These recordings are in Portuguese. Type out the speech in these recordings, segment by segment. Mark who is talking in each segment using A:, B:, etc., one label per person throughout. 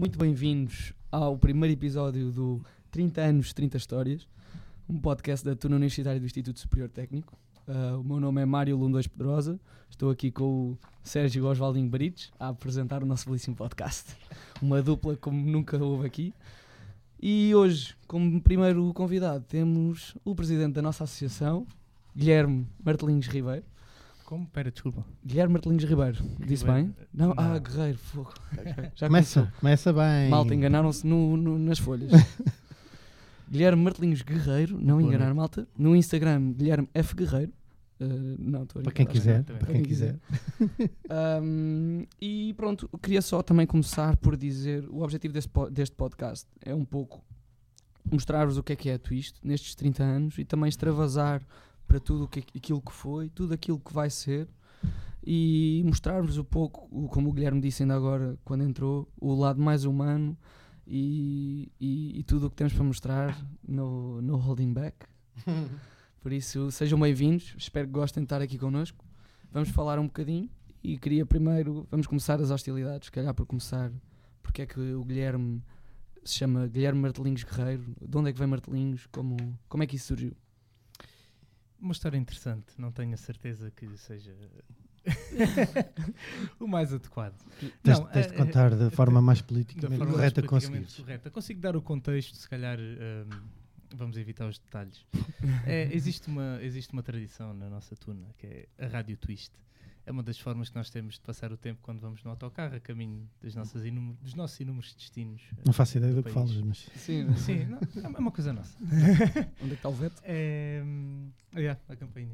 A: Muito bem-vindos ao primeiro episódio do 30 anos, 30 histórias, um podcast da turma universitária do Instituto Superior Técnico. Ah, o meu nome é Mário Lundões Pedrosa, estou aqui com o Sérgio Oswaldinho Barites a apresentar o nosso belíssimo podcast. Uma dupla como nunca houve aqui. E hoje, como primeiro convidado, temos o presidente da nossa associação, Guilherme Martelinhos Ribeiro.
B: Como? Pera, desculpa.
A: Guilherme Martelinhos Ribeiro, disse bem?
B: Ribeiro.
A: Não?
B: Não.
A: Ah, Guerreiro, fogo. Já começou.
C: Começa, começa bem.
A: Malta, enganaram-se no- no- nas folhas. Guilherme Martelinhos Guerreiro, não
B: Boa
A: enganar
B: noite.
A: malta. No Instagram, Guilherme F. Guerreiro. Uh, não, estou a
C: Para quem
A: brincar.
C: quiser,
B: Para
C: para quem quiser.
A: Um, e pronto, eu queria só também começar por dizer: o objetivo deste, po- deste podcast é um pouco mostrar-vos o que é que é a Twist nestes 30 anos e também extravasar para tudo o que, aquilo que foi, tudo aquilo que vai ser e mostrar-vos um pouco, o- como o Guilherme disse ainda agora quando entrou, o lado mais humano e, e- e tudo o que temos para mostrar no, no Holding Back. Por isso, sejam bem-vindos, espero que gostem de estar aqui connosco. Vamos falar um bocadinho e queria primeiro, vamos começar as hostilidades, se calhar por começar, porque é que o Guilherme se chama Guilherme Martelinhos Guerreiro, de onde é que vem Martelinhos, como, como é que isso surgiu?
B: Uma história interessante, não tenho a certeza que seja o mais adequado.
C: Tens,
B: Não,
C: tens de
B: eh,
C: contar da
B: eh,
C: forma mais
B: Da
C: politicamente
B: forma
C: correta que
B: politicamente
C: conseguires.
B: correta. Consigo dar o contexto, se calhar hum, vamos evitar os detalhes. É, existe, uma, existe uma tradição na nossa turma, que é a Rádio Twist. É uma das formas que nós temos de passar o tempo quando vamos no autocarro, a caminho das nossas inúmer- dos nossos inúmeros destinos. eh,
C: Não faço ideia do que
B: país.
C: falas, mas
A: Sim,
B: Sim, não, é uma coisa nossa.
A: onde é que está o veto?
B: É, hum, yeah, a campainha.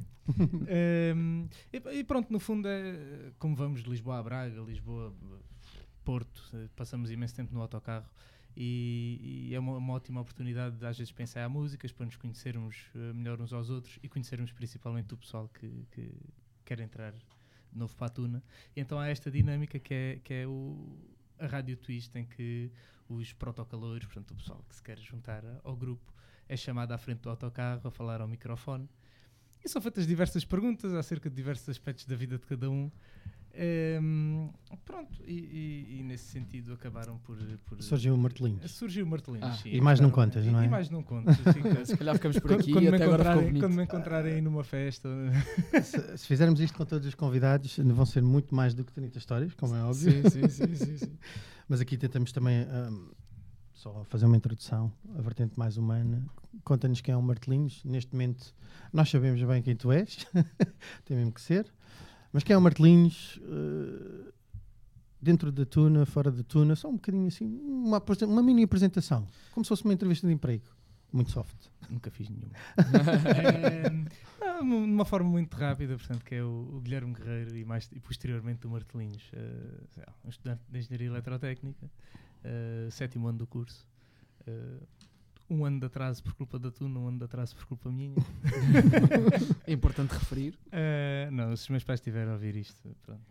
B: É, hum, e, e pronto, no fundo, é, como vamos de Lisboa a Braga, Lisboa, Porto, eh, passamos imenso tempo no autocarro e, e é uma, uma ótima oportunidade de às vezes pensar a músicas para nos conhecermos eh, melhor uns aos outros e conhecermos principalmente o pessoal que, que quer entrar de novo para a Tuna. E então há esta dinâmica que é, que é o, a Rádio Twist, em que os protocalores, portanto, o pessoal que se quer juntar a- ao grupo, é chamado à frente do autocarro a falar ao microfone. E são feitas diversas perguntas acerca de diversos aspectos da vida de cada um. Ehm, pronto, e, e- e nesse sentido acabaram por. por
C: surgiu o martelinho.
B: Surgiu o martelinho.
A: Ah,
B: sim.
C: e mais não
B: Ficaram-
C: contas, não é?
B: E mais não contas. fica-
A: Se calhar ficamos por
B: quando,
A: aqui
B: quando
A: e
B: me
A: até agora ficou
B: encontrarem,
A: bonito.
B: quando me encontrarem aí numa festa.
C: Se, se fizermos isto com todos os convidados, vão ser muito mais do que 30 histórias, como é óbvio.
A: Sim, sim, sim, sim, sim.
C: Mas aqui tentamos também ahm, só fazer uma introdução, a vertente mais humana. Conta-nos quem é o Martelinhos. Neste momento, nós sabemos bem quem tu és, tem mesmo que ser. Mas quem é o Martelinhos? eh, dentro da tuna, fora da tuna, só um bocadinho assim, uma, apresen- uma mini apresentação, como se fosse uma entrevista de emprego. Muito soft.
B: Nunca fiz nenhuma. É, de uma forma muito rápida, portanto, que é o, o Guilherme Guerreiro e, mais, e posteriormente o Martelinhos, eh, sei lá, um estudante de Engenharia Eletrotécnica, eh, sétimo ano do curso. eh, um ano de atraso por culpa da Tuna, um ano de atraso por culpa minha.
A: É importante referir.
B: Eh, não, se os meus pais estiverem a ouvir isto, pronto.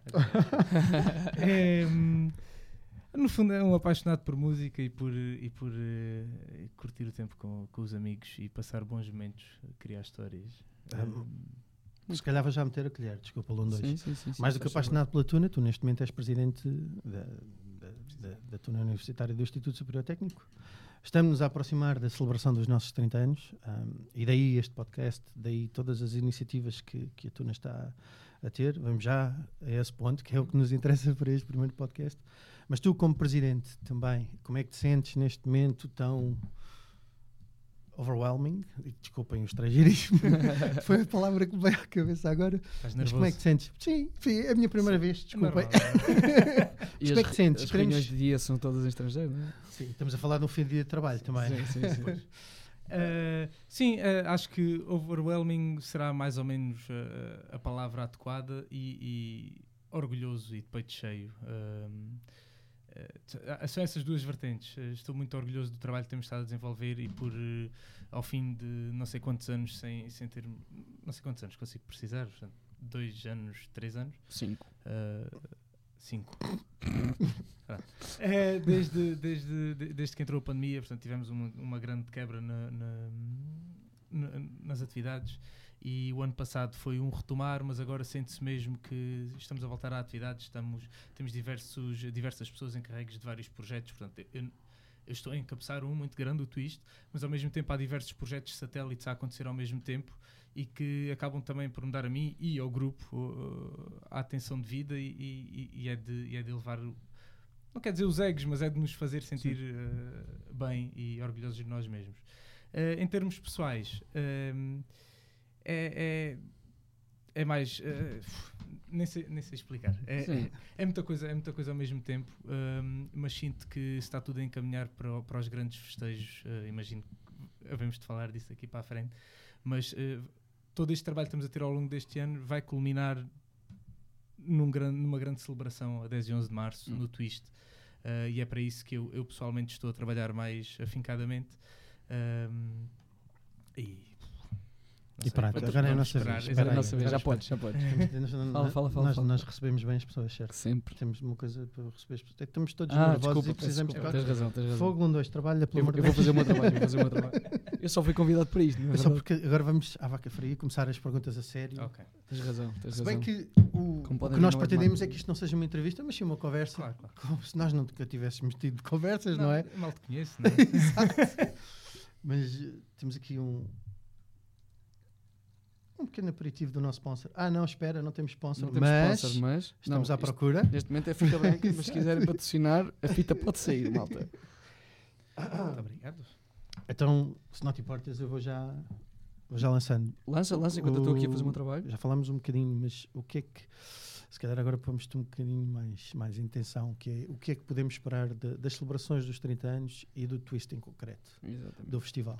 B: É, hum, no fundo, é um apaixonado por música e por, e por eh, curtir o tempo com, com os amigos e passar bons momentos, criar histórias. Hum,
C: Ah, Se calhar vou já meter a colher, desculpa, Londres.
A: Sim, sim, sim, sim,
C: Um, Mais
A: faz
C: do que
A: favor.
C: apaixonado pela Tuna, tu neste momento és presidente da, da, da- da Tuna Universitária do Instituto Superior Técnico. Estamos a aproximar da celebração dos nossos 30 anos ahm, e daí este podcast, daí todas as iniciativas que, que a Tuna está a ter. Vamos já a esse ponto, que é o que nos interessa para este primeiro podcast. Mas tu, como presidente também, como é que te sentes neste momento tão overwhelming? Desculpem o estrangeirismo, foi a palavra que me veio à cabeça agora.
B: Estás
C: Mas
B: nervoso?
C: como é que te sentes? Sim, sim, é a minha primeira vez, desculpa.
B: Normal.
A: E as
C: Mas como é que
A: re-
C: sentes?
A: As
C: Queremos-
A: reuniões de dia são todas em estrangeiro, não é?
C: Sim, estamos a falar de um fim de dia de trabalho também.
A: Sim, sim, sim.
B: Eh, sim, eh, acho que overwhelming será mais ou menos eh, a palavra adequada e, e orgulhoso e de peito cheio. Ahm, eh, t- ah, são essas duas vertentes. Eh, estou muito orgulhoso do trabalho que temos estado a desenvolver e por eh, ao fim de não sei quantos anos sem, sem ter não sei quantos anos consigo precisar, portanto, dois anos, três anos.
A: Cinco.
B: Uh, cinco. Ah. É, desde, desde, de- desde que entrou a pandemia, portanto, tivemos uma, uma grande quebra na- na- na- nas atividades e o ano passado foi um retomar, mas agora sente-se mesmo que estamos a voltar à atividade, estamos, temos diversos, diversas pessoas encarregues de vários projetos, portanto, eu, eu estou a encabeçar um muito grande, o Twist, mas ao mesmo tempo há diversos projetos satélites a acontecer ao mesmo tempo e que acabam também por me dar a mim e ao grupo uh, a atenção de vida e, e- e é, de, e é de elevar, o- não quer dizer os egos, mas é de nos fazer sentir uh, bem e orgulhosos de nós mesmos. Uh, em termos pessoais, um, é, é, é mais. uh, nem, sei, nem sei explicar. É,
A: Sim.
B: é muita coisa, é muita coisa ao mesmo tempo, hum, mas sinto que se está tudo a encaminhar para, o- para os grandes festejos. eh, imagino que havemos de falar disso aqui para a frente, mas eh, todo este trabalho que estamos a ter ao longo deste ano vai culminar num gran- numa grande celebração a 10 e 11 de março,
A: Hum.
B: no Twist. Eh, e é para isso que eu, eu pessoalmente estou a trabalhar mais afincadamente. Hum, e. não
C: E
B: sei,
C: pronto,
B: vamos-
C: agora é a
B: vamos
C: nossa
B: esperar.
C: vez.
A: Mas era
C: Espera
A: a
C: aí,
A: nossa vez, já
C: espera.
A: podes, já podes.
C: Nós,
A: Fala, fala, fala,
C: nós,
A: fala.
C: nós recebemos bem as pessoas, certo?
A: Sempre.
C: Temos uma coisa para receber as pessoas. É que Estamos todos
A: Ah,
C: nervosos
A: desculpa,
C: e precisamos
A: desculpa.
C: de
A: Tens razão, tens razão.
C: Fogo, um, dois, trabalha, pelo
A: Eu,
C: amor
A: vou-
C: de
A: eu vou
C: Deus.
A: fazer o meu trabalho, eu vou fazer o meu trabalho. Eu só fui convidado para isto, não é
C: É só
A: verdade?
C: porque agora vamos à vaca fria começar as perguntas a sério.
B: Ok.
A: Tens razão, Ah, tens
C: Se bem
A: razão.
C: que
A: Como
C: o, o
A: podem
C: que
A: ver,
C: nós
A: não é
C: pretendemos é
A: demais.
C: que isto não seja uma entrevista, mas sim uma conversa.
B: Claro, claro.
C: Como se nós nunca tivéssemos tido conversas, não, é?
B: Mal te conheço, não é?
C: Mas eh, temos aqui um. Um pequeno aperitivo do nosso sponsor. Ah, não, espera, não temos sponsor,
A: Não temos
C: mas
A: sponsors, mas...
C: estamos
A: não,
C: à
A: isto-
C: procura.
A: Neste momento é fita branca, mas se quiserem patrocinar, a fita pode sair, malta.
B: Muito obrigado.
C: Então, se não te importas, eu vou já, vou já lançando.
A: Lança, lança, enquanto eu estou aqui a fazer o meu
C: O-
A: trabalho.
C: Já falámos um bocadinho, mas o que é que. Se calhar agora pomos-te um bocadinho mais, mais em tensão, que é o que é que podemos esperar de- das celebrações dos 30 anos e do twist em concreto,
A: Exatamente.
C: do festival.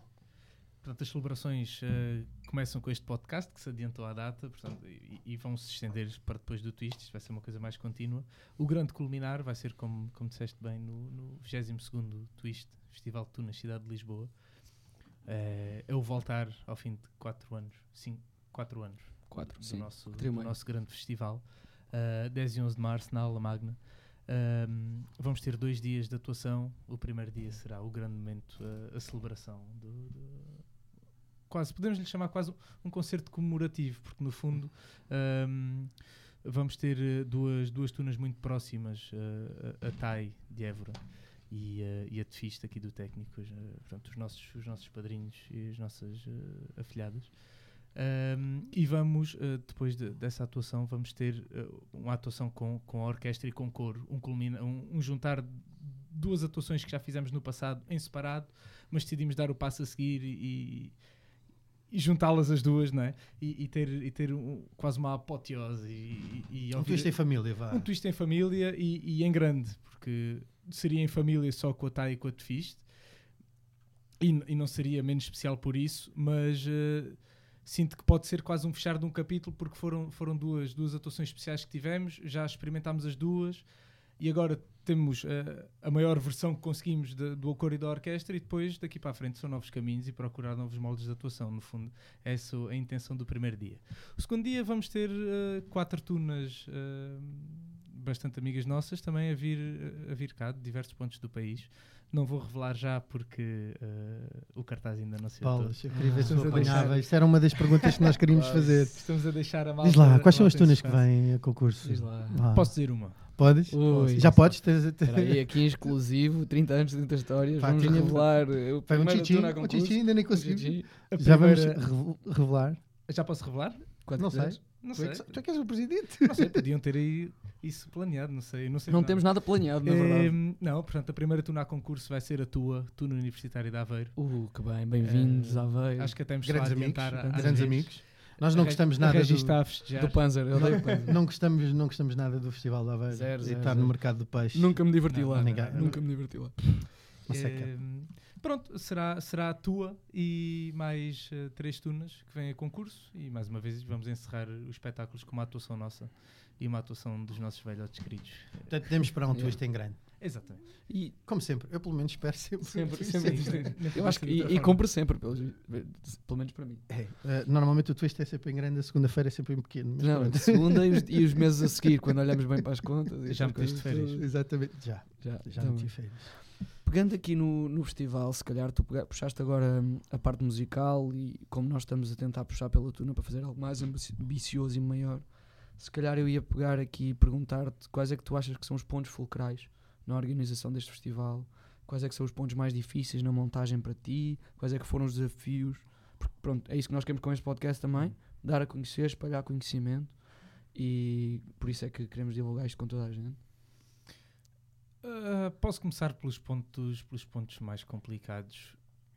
B: Portanto, as celebrações eh, começam com este podcast que se adiantou à data portanto, e, e vão se estender para depois do twist. Isto vai ser uma coisa mais contínua. O grande culminar vai ser, como, como disseste bem, no, no 22 Twist, Festival de Tu na cidade de Lisboa. Eh, eu voltar ao fim de 4 anos, 5, 4 anos
A: Quatro,
B: do,
A: sim.
B: nosso,
A: quatro e
B: do
A: meio.
B: nosso grande festival, uh, 10 e 11 de março, na Aula Magna. Um, vamos ter dois dias de atuação. O primeiro dia será o grande momento, uh, a celebração do. do- Quase, podemos lhe chamar quase um, um concerto comemorativo, porque no fundo um, vamos ter uh, duas, duas tunas muito próximas, uh, a a TAI de Évora e, uh, e a Tefista aqui do Técnico, uh, portanto, os nossos, os nossos padrinhos e as nossas uh, afilhadas. Um, e vamos, uh, depois de- dessa atuação, vamos ter uh, uma atuação com, com a orquestra e com coro, um, culmina, um, um juntar de duas atuações que já fizemos no passado em separado, mas decidimos dar o passo a seguir e, e juntá-las as duas, não é? E, e ter, e ter um- quase uma apoteose e, e, e
C: Um twist em família, vá.
B: um twist em família e, e em grande, porque seria em família só com a Thay e com a Tefiste, e, n- e não seria menos especial por isso, mas eh, sinto que pode ser quase um fechar de um capítulo, porque foram, foram duas, duas atuações especiais que tivemos, já experimentámos as duas, e agora temos eh, a maior versão que conseguimos de- do coro e da orquestra, e depois daqui para a frente são novos caminhos e procurar novos moldes de atuação, no fundo. Essa é a intenção do primeiro dia. O segundo dia vamos ter eh, quatro tunas eh, bastante amigas nossas também a vir, eh, a vir cá de diversos pontos do país. Não vou revelar já porque eh, o cartaz ainda não se
C: Paulas, eu queria ver se eu
B: Estamos a deixar- Ah,
C: apanhava. Isto era uma das perguntas que nós queríamos fazer.
B: Estamos a deixar a malta.
C: Diz lá, quais são
B: a
C: as
B: malta em
C: tunas que
B: suspense.
C: vêm a concurso?
A: Diz lá.
C: Vá.
B: Posso dizer uma?
C: Podes?
A: Ui.
C: Já podes? Tens- tens-
A: Espera aí, aqui em exclusivo, 30 anos, 30 histórias,
C: Pá,
A: vamos
C: tinha-
A: revelar eh, o
C: Vai um
A: primeiro
C: chichi?
A: turno a
C: Um
A: concurso.
C: chichi ainda nem
A: Um
C: consegui.
A: chichi.
B: A
C: Já vamos
B: primeira-
C: revel- revelar?
B: Já posso revelar?
A: Quanto
C: Não
A: quiseres.
B: Não
C: Tu
B: sei.
C: é que sa- tu é que és o presidente.
B: Não sei, podiam ter aí isso planeado, não sei. Não, sei
A: Não
B: nada.
A: temos nada planeado, na verdade.
B: Ehm, não, portanto, a primeira tuna a concurso vai ser a tua, Tuna Universitária de Aveiro.
A: Uh, que bem, bem-vindos
C: ehm,
B: Eh,
A: à veia.
B: Acho que até temos
C: É Grandes
B: só a
C: amigos,
B: adiantar a- às
C: grandes
B: redes.
C: amigos. Nós não
B: A
C: gostamos
B: regi-
C: nada
B: a regi está
C: do,
B: a festejar.
A: Do Panzer, eu odeio o Panzer.
C: não gostamos não gostamos nada do Festival da Aveiro
A: Zero,
C: e
A: zero,
C: estar no
A: zero.
C: mercado do peixe.
A: Nunca me diverti
B: Não,
A: lá.
C: ninguém-
A: Nunca me diverti lá.
C: Não sei que é.
B: Ehm, pronto, será, será a tua e mais eh, três tunas que vêm a concurso. E mais uma vez vamos encerrar os espetáculos com uma atuação nossa e uma atuação dos nossos velhotes queridos.
C: Portanto, podemos esperar um twist em grande.
B: Exatamente.
A: E
C: Como sempre, eu pelo menos espero sempre.
A: sempre,
C: Sim,
A: sempre.
C: sim.
A: é Eu acho que e, e compro sempre, pelos, pelo menos para mim.
C: É, eh, normalmente o twist é sempre em grande, a segunda-feira é sempre em pequeno. mas
A: Não,
C: pronto.
A: de segunda e os, e os meses a seguir, quando olhamos bem para as contas. e essas
B: Já meteste
A: coisas
B: férias.
A: todas.
C: Exatamente, já.
A: Já,
C: Já
A: é tá
C: meti
A: bem.
C: férias.
A: pegando aqui no, no festival, se calhar tu pega- puxaste agora hum, a parte musical e como nós estamos a tentar puxar pela tuna para fazer algo mais ambici- ambicioso e maior, se calhar eu ia pegar aqui e perguntar-te quais é que tu achas que são os pontos fulcrais na organização deste festival, quais é que são os pontos mais difíceis na montagem para ti, quais é que foram os desafios, porque pronto, é isso que nós queremos com este podcast também, dar a conhecer, espalhar conhecimento e por isso é que queremos divulgar isto com toda a gente.
B: Ah, posso começar pelos pontos, pelos pontos mais complicados.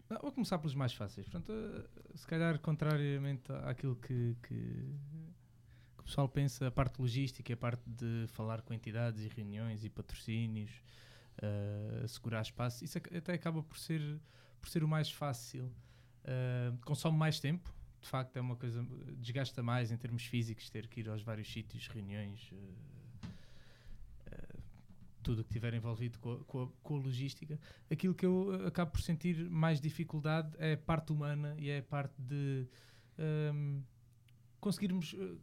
B: Não, vou começar pelos mais fáceis. Pronto, ah, se calhar, contrariamente à- àquilo que, que- que o pessoal pensa, a parte logística, a parte de falar com entidades e reuniões e patrocínios, ah, assegurar espaço, isso ac- até acaba por ser, por ser o mais fácil. Ah, consome mais tempo, de facto, é uma coisa. Desgasta mais em termos físicos ter que ir aos vários sítios, reuniões. ah, ah, tudo o que tiver envolvido com a, com a- com a logística. Aquilo que eu eh, acabo por sentir mais dificuldade é a parte humana e é a parte de ehm, conseguirmos eh,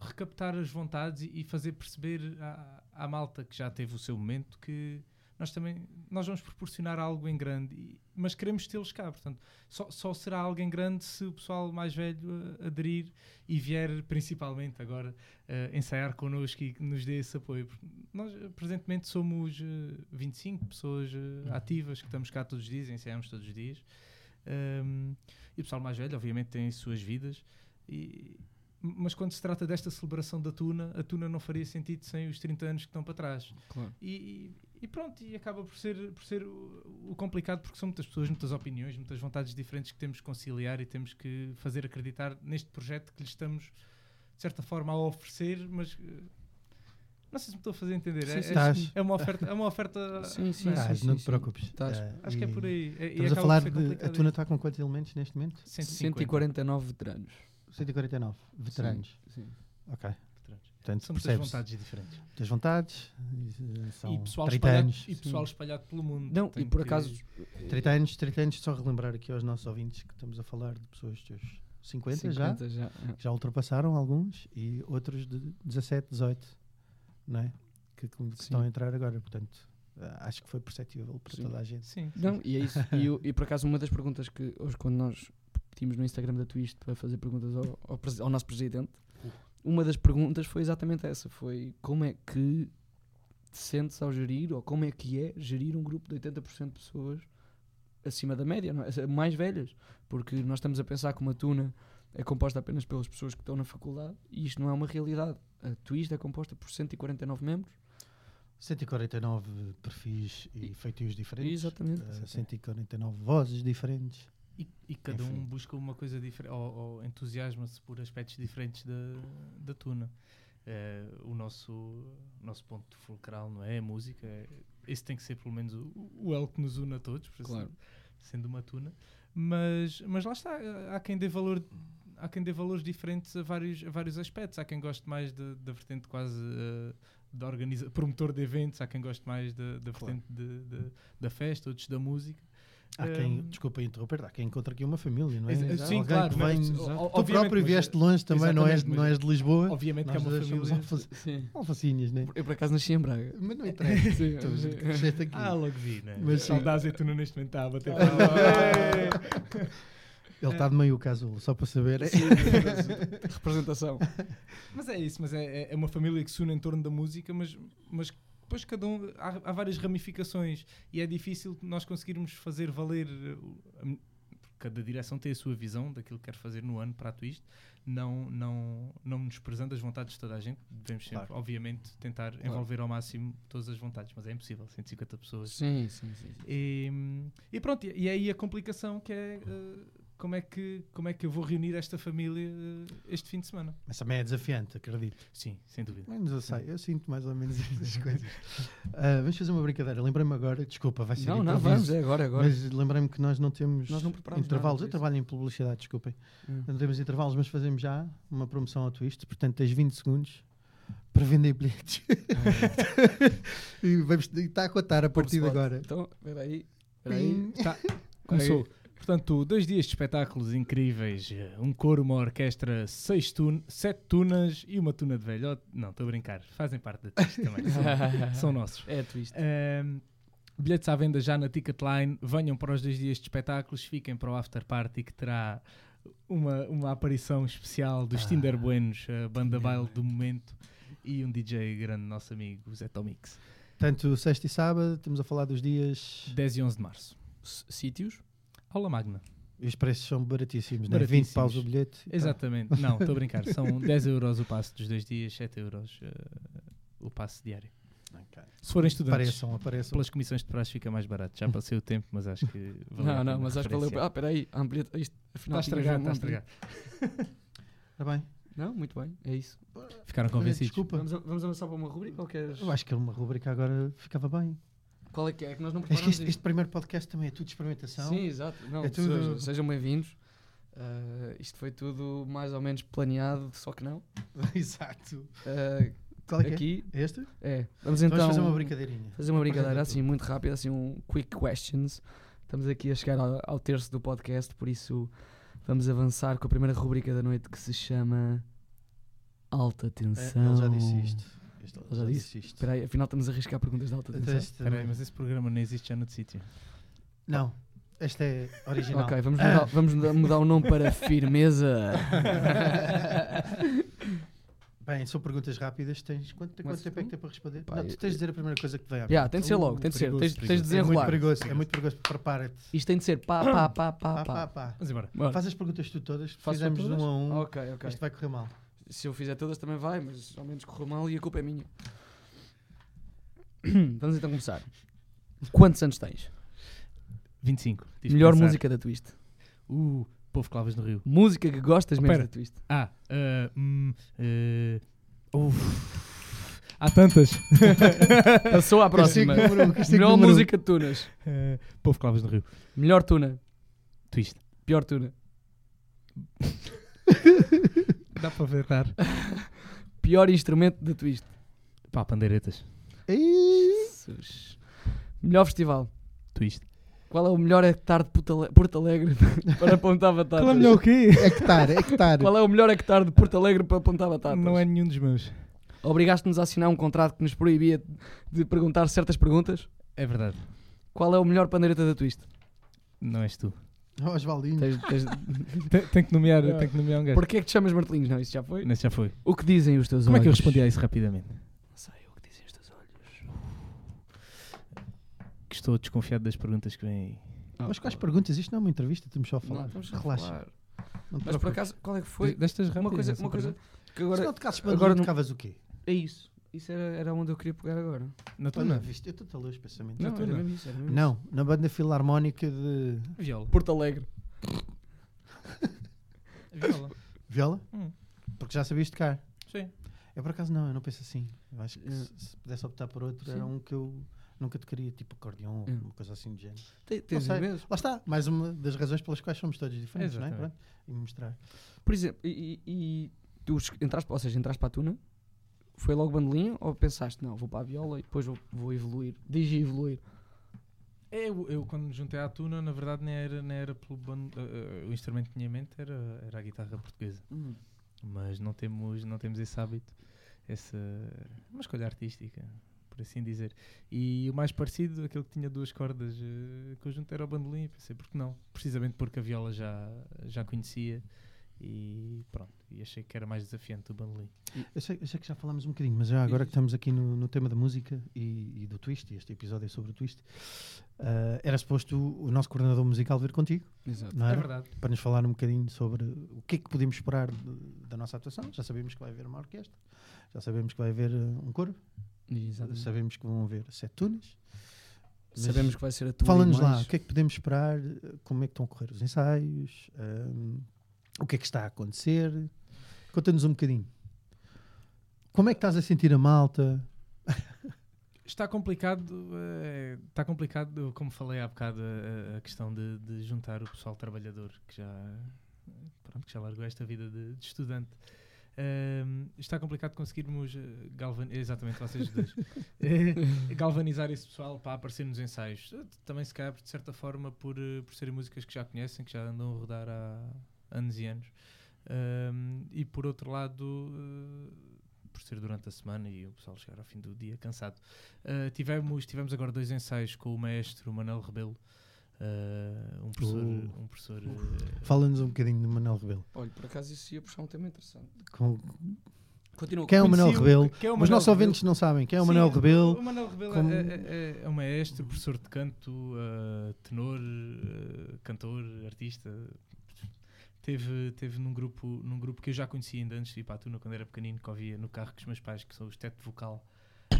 B: recaptar as vontades e, e fazer perceber à, à malta que já teve o seu momento que nós também nós vamos proporcionar algo em grande, e- mas queremos tê-los cá. Portanto, só, só será algo em grande se o pessoal mais velho eh, aderir e vier principalmente agora eh, ensaiar connosco e que nos dê esse apoio. Porque Nós, eh, presentemente, somos eh, 25 pessoas eh, ativas que estamos cá todos os dias, ensaiamos todos os dias. Ahm, e o pessoal mais velho, obviamente, tem suas vidas. E, mas quando se trata desta celebração da Tuna, a Tuna não faria sentido sem os 30 anos que estão para trás.
A: Claro.
B: E, e- e pronto, e acaba por ser, por ser o, o complicado, porque são muitas pessoas, muitas opiniões, muitas vontades diferentes que temos que conciliar e temos que fazer acreditar neste projeto que lhes estamos, de certa forma, a oferecer, mas eh, não sei se me estou a fazer entender.
A: Sim,
B: é,
A: sim,
B: é,
C: Estás,
A: sim.
B: é uma oferta. É uma oferta
A: Sim, sim, sim,
C: estás,
A: sim,
C: Ah, não
A: sim. Tá,
C: te preocupes.
A: Estás.
C: Ah,
B: Acho que é
C: e
B: por aí. é- e
C: Estamos a
B: acaba por
C: falar
B: ser
C: de. A
B: complicado
C: Tuna está com quantos elementos neste momento?
B: isso. 150.
A: 149 veteranos.
C: 149 veteranos.
A: Sim.
C: Ok.
B: Veteranos.
C: Portanto,
B: São muitas
C: percebes
B: vontades diferentes.
C: muitas vontades. e, eh, São
B: e pessoal,
C: 30
B: espalhado,
C: anos.
B: e pessoal espalhado pelo mundo.
A: Não,
B: Tem
A: e por
B: que-
A: acaso,
C: 30 anos, 30 anos, só relembrar aqui aos nossos ouvintes que estamos a falar de pessoas dos 50, já,
A: 50 já.
C: que já ultrapassaram alguns e outros de 17, 18, não é? Que, que estão a entrar agora, portanto, ah, acho que foi perceptível para
A: Sim.
C: toda a gente.
B: Sim.
A: Não, e é isso. E, eu- e por acaso, uma das perguntas que hoje, quando nós pedimos no Instagram da Twist para fazer perguntas ao, ao, presi- ao nosso presidente, uma das perguntas foi exatamente essa: foi como é que te sentes ao gerir, ou como é que é gerir um grupo de 80% de pessoas acima da média, não é? mais velhas, porque nós estamos a pensar que uma tuna é composta apenas pelas pessoas que estão na faculdade e isto não é uma realidade. A Twist é composta por 149 membros.
C: 149 perfis e feitios diferentes.
A: Exatamente.
B: É,
C: ah, 149 vozes diferentes.
B: E, e cada
C: Enfim.
B: um busca uma coisa diferente, ou, ou entusiasma-se por aspectos diferentes da, da tuna. Eh, o nosso, o nosso ponto fulcral não é a música, é- esse tem que ser pelo menos o, o elo que nos une a todos, por assim
A: Claro.
B: sendo uma tuna. Mas, mas lá está, eh, há quem dê valor. Há quem dê valores diferentes a vários, a vários aspectos. Há quem goste mais da da vertente quase eh, da organiza promotor de eventos, há quem goste mais da da
C: Claro.
B: vertente de- de- da festa, outros da música.
C: Há quem,
B: Hum.
C: desculpa interromper, há quem encontra aqui uma família, não é?
B: Ex-
A: Exato.
B: Sim,
C: Alguém
B: claro.
C: que
B: mas-
C: vem-
B: o- o-
C: Tu
B: obviamente,
C: próprio
B: mas-
C: vieste longe também, não és,
B: Exatamente,
C: não
B: mas-
C: és de Lisboa.
B: Obviamente que é
C: Nós
B: uma
C: dois somos
B: família.
C: alfa-
A: Sim.
C: alfacinhas, né?
A: Eu por acaso nasci em Braga.
C: Mas não interessa.
A: Sim.
C: Tu, a gente cresceste aqui.
B: Ah, logo vi, né?
C: Mas sim. Ah,
B: Saudades e tu não neste momento está a bater.
C: Ele está de meio casulo, só para saber.
A: Representação.
B: mas é isso, mas é, é- é uma família que se une em torno da música, mas, mas depois cada um. Há, há várias ramificações e é difícil nós conseguirmos fazer valer. eh, o- a mi- Cada direção tem a sua visão daquilo que quer fazer no ano para a Twist, não, não, não desprezando as vontades de toda a gente. Devemos sempre,
C: Claro.
B: obviamente, tentar envolver ao máximo todas as vontades, mas é impossível. 150 pessoas
A: Sim, sim, sim.
B: E, e pronto, e e aí a complicação que é eh, como, é que, como é que eu vou reunir esta família eh, este fim de semana?
C: Mas também é desafiante, acredito.
B: Sim, sem dúvida.
C: Menos eu sei, eu sinto mais ou menos essas coisas. Ah, vamos fazer uma brincadeira. Lembrei-me agora, desculpa, vai ser
A: Não, não,
C: improviso,
A: vamos, é agora, é agora.
C: Mas lembrei-me que nós não temos
A: Nós não preparámos
C: intervalos.
A: nada
B: é
C: eu
A: disso.
C: trabalho em publicidade, desculpem.
A: Hum.
C: Não temos intervalos, mas fazemos já uma promoção ao twist. Portanto, tens 20 segundos para vender bilhetes.
A: Ah.
C: e vamos, e está a contar a partir de
A: Spot.
C: agora.
A: Então, peraí.
C: Pim.
A: peraí.
B: Começou. Portanto, dois dias de espetáculos incríveis, eh, um coro, uma orquestra, seis tun sete tunas e uma tuna de velhote. Não, estou a brincar, fazem parte da Twist também, são, são nossos.
A: É twist.
B: Ahm, Bilhetes à venda já na Ticketline. Venham para os dois dias de espetáculos, fiquem para o After Party que terá uma, uma aparição especial
A: Ah,
B: dos Tinder Buenos, a banda baile do momento, e um DJ grande, nosso amigo, o Zé Tomix.
C: Tanto sexta e sábado, estamos a falar dos dias.
B: 10 e 11 de março.
A: S- Sítios?
B: Aula magna.
C: E os preços são baratíssimos, né? 20
B: Baratíssimos.
C: paus o bilhete. e pá.
B: Exatamente.
A: Então.
B: Não, estou a brincar. São 10 euros o passe dos dois dias, 7 euros eh, o passe diário.
C: Ok.
B: Se forem estudantes,
C: Apareçam, apareçam.
B: pelas comissões de praxe fica mais barato. Já passei o tempo, mas acho que valeu a
A: não, não,
B: pena
A: mas acho que valeu.
B: referenciar.
A: Ah, peraí, há um bilhete. Isto,
B: Está
A: afinal,
B: a
A: tinha
B: estragar,
A: já
B: está a
A: um bilhete.
B: estragar.
C: Está bem?
A: Não, muito bem, é isso.
B: Ficaram convencidos.
C: Desculpa.
A: Vamos, a- vamos avançar para uma rubrica ou queres?
C: Eu acho que uma rubrica agora ficava bem.
A: Qual é que é? É que nós não
C: Acho que
A: preparamos
C: este, este primeiro podcast também é tudo experimentação.
A: Sim, exato. Não,
C: É tudo-
A: seja- sejam bem-vindos. Ah, isto foi tudo mais ou menos planeado, só que não.
C: Exato.
A: Ah,
C: Qual é que
A: aqui
C: é? Este?
A: é. Vamos então
C: Vamos fazer uma brincadeirinha.
A: fazer uma brincadeira
C: Apresenta
A: assim, muito rápida, assim, um quick questions. Estamos aqui a chegar ao, ao terço do podcast, por isso vamos avançar com a primeira rubrica da noite que se chama Alta
C: É,
A: Tensão.
C: ele já disse isto. Este- Ele
A: já
C: já
A: disse?
C: disse isto.
A: Espera aí, afinal estamos a arriscar perguntas de alta tensão.
C: Este-
B: Espera aí, mas esse programa não existe já no sítio.
C: Não, esta é original.
A: Ok, vamos mudar, vamos mudar- mudar o nome para Firmeza.
C: Bem, são perguntas rápidas. Tens quanto, quanto
A: Mas-
C: tempo é que tem para responder?
A: Pá,
C: não,
A: eu-
C: tu tens de dizer a primeira coisa que te vem à
A: Já, tem de ser logo, tem de ser.
B: Perigoso,
A: Tens, tens de
B: perigoso.
C: mente. É muito
A: desenrolar.
C: perigoso, é muito perigoso. Prepara-te.
A: Isto tem de ser pá, pá, pá,
C: Pá,
A: Ah, pá,
C: pá,
A: pá.
C: pá.
B: Vamos embora.
A: Bora.
C: Faz as perguntas tu todas.
A: Faço
C: Fizemos de
A: todas?
C: um a um.
A: Ok, ok.
C: Isto vai correr mal.
A: Se eu fizer todas também vai, mas ao menos correu mal e a culpa é minha. Vamos então começar. Quantos anos tens?
B: 25. Tive que
A: Melhor
B: pensar.
A: música da Twist.
B: Uh, Povo Clavas no Rio.
A: Música que gostas
B: Oh,
A: mesmo
B: pera.
A: da Twist.
B: Ah, ah, hum, eh, uf. há tantas.
A: Passou à próxima.
C: Castigo número um, castigo
A: Melhor
C: número um.
A: música de Tunas.
B: Eh, Povo Clavas no Rio.
A: Melhor Tuna.
B: Twist.
A: Pior Tuna.
B: Dá para ver, claro.
A: Pior instrumento da Twist.
B: Pá, pandeiretas.
C: Ih,
A: Jesus. Melhor festival.
B: Twist.
A: Qual é o melhor hectare de Porto Ale- Porto Alegre para apontar batatas?
B: o quê?
C: Hectare, hectare.
A: Qual é o melhor hectare de Porto Alegre para apontar batatas?
B: Não é nenhum dos meus.
A: Obrigaste-nos a assinar um contrato que nos proibia de perguntar certas perguntas?
B: É verdade.
A: Qual é o melhor pandeireta da Twist?
B: Não és tu.
C: Oh, Osvaldinho.
A: Tens- tens-
B: Tem, tem que nomear,
A: Ah.
B: tem que nomear um gajo.
A: Porquê é que te chamas Martelinhos? Não, isso já foi.
B: Nesse já foi.
A: O que dizem os teus
B: Como é
A: olhos?
B: que eu respondi a isso rapidamente?
A: Não sei, o que dizem os teus olhos.
B: Que estou desconfiado das perguntas que vêm aí.
C: Mas quais perguntas? Isto não é uma entrevista, estamos só a falar. Relaxa. Não te
A: Mas por
C: preocupes.
A: acaso, qual é que foi?
B: Destas
A: Uma
B: rápidas,
A: coisa,
B: essa
A: uma coisa
B: pergunta.
A: que
C: Se
A: agora.
C: não tocasses para
A: agora
C: agora
A: não-
C: tocavas o quê?
A: É isso. Isso era, era onde eu queria pegar agora.
B: Na tua
C: Olha,
B: não.
C: viste, é eu estou a ler os pensamentos.
B: Não,
A: Não, era
B: não.
A: mesmo isso, era mesmo
C: Não, na banda filarmónica de
B: Viola.
A: isso. Porto Alegre.
B: Viola.
C: viola,
B: Hum.
C: porque já sabias tocar.
B: Sim.
C: Eu por acaso não, eu não penso assim. Eu acho que
A: É.
C: se, se pudesse optar por outro,
A: Sim.
C: era um que eu nunca tocaria, tipo acordeon,
A: É.
C: uma coisa assim do género.
A: Te- Tens
C: sei.
A: imenso.
C: Lá está, mais uma das razões pelas quais somos todos diferentes, não é?
B: Exatamente.
C: Pronto, e mostrar.
A: Por exemplo, e, e- e tu es- entraste, ou seja, entraste para a tuna, foi logo bandolinha ou pensaste, não, vou para a viola e depois vou, vou evoluir, digi evoluir.
B: Eu, eu quando me juntei à tuna, na verdade, nem era, nem era pelo bando, eh, eh, o instrumento que tinha em mente era, era a guitarra portuguesa. Mas não temos, não temos esse hábito, essa uma escolha artística, por assim dizer. E o mais parecido, aquele que tinha duas cordas eh, conjunto, era o bandolim. e Pensei, porque não? Precisamente porque a viola já, já conhecia e pronto. E achei que era mais desafiante o bandolim.
C: Eu sei, eu sei que já falámos um bocadinho, mas já agora que estamos aqui no, no tema da música e, e do twist, e este episódio é sobre o twist, ah, era suposto o nosso coordenador musical vir contigo,
A: Exato.
C: não era?
B: É verdade.
C: para nos falar um bocadinho sobre o que é que podemos esperar de- da nossa atuação. Já sabemos que vai haver uma orquestra, já sabemos que vai haver uh, um coro, sabemos que vão haver sete tunas. Mas
A: Sabemos que vai ser a tua.
C: Fala-nos
A: e
C: lá,
A: mais.
C: o que é que podemos esperar, uh, como é que estão a correr os ensaios, um, o que é que está a acontecer. Conta-nos um bocadinho. Como é que estás a sentir a malta?
B: Está complicado, eh, está complicado, como falei há bocado, a- a, a questão de, de juntar o pessoal trabalhador que já, pronto, que já largou esta vida de, de estudante. Ahm, está complicado conseguirmos eh, galvan exatamente vocês dois Eh, galvanizar esse pessoal para aparecer nos ensaios. Eh, Também se calhar, de certa forma, por, eh, por serem músicas que já conhecem, que já andam a rodar há anos e anos. Ahm, e por outro lado, eh, por ser durante a semana e o pessoal chegar ao fim do dia cansado. Uh, tivemos, tivemos agora dois ensaios com o maestro Manel Rebelo, uh, um professor.
C: Uh.
B: Um professor
A: Uh.
B: uh,
C: Fala-nos um bocadinho do Manuel Rebelo.
A: Olha, por acaso isso ia puxar um tema interessante.
C: Com-
A: Continua.
C: Quem é o Manuel
B: Conheci o-
C: Rebelo?
B: quem é o
C: Os nossos
B: Manuel
C: ouvintes não sabem quem é o
B: Sim,
C: Manuel Rebelo.
B: O Manuel Rebelo
C: como-
B: é, é- é um maestro, professor de canto, eh, tenor, eh, cantor, artista. Teve, teve num, grupo, num grupo que eu já conhecia ainda antes de ir para a Tuna, quando era pequenino, que ouvia no carro com os meus pais, que são os Teto Vocal,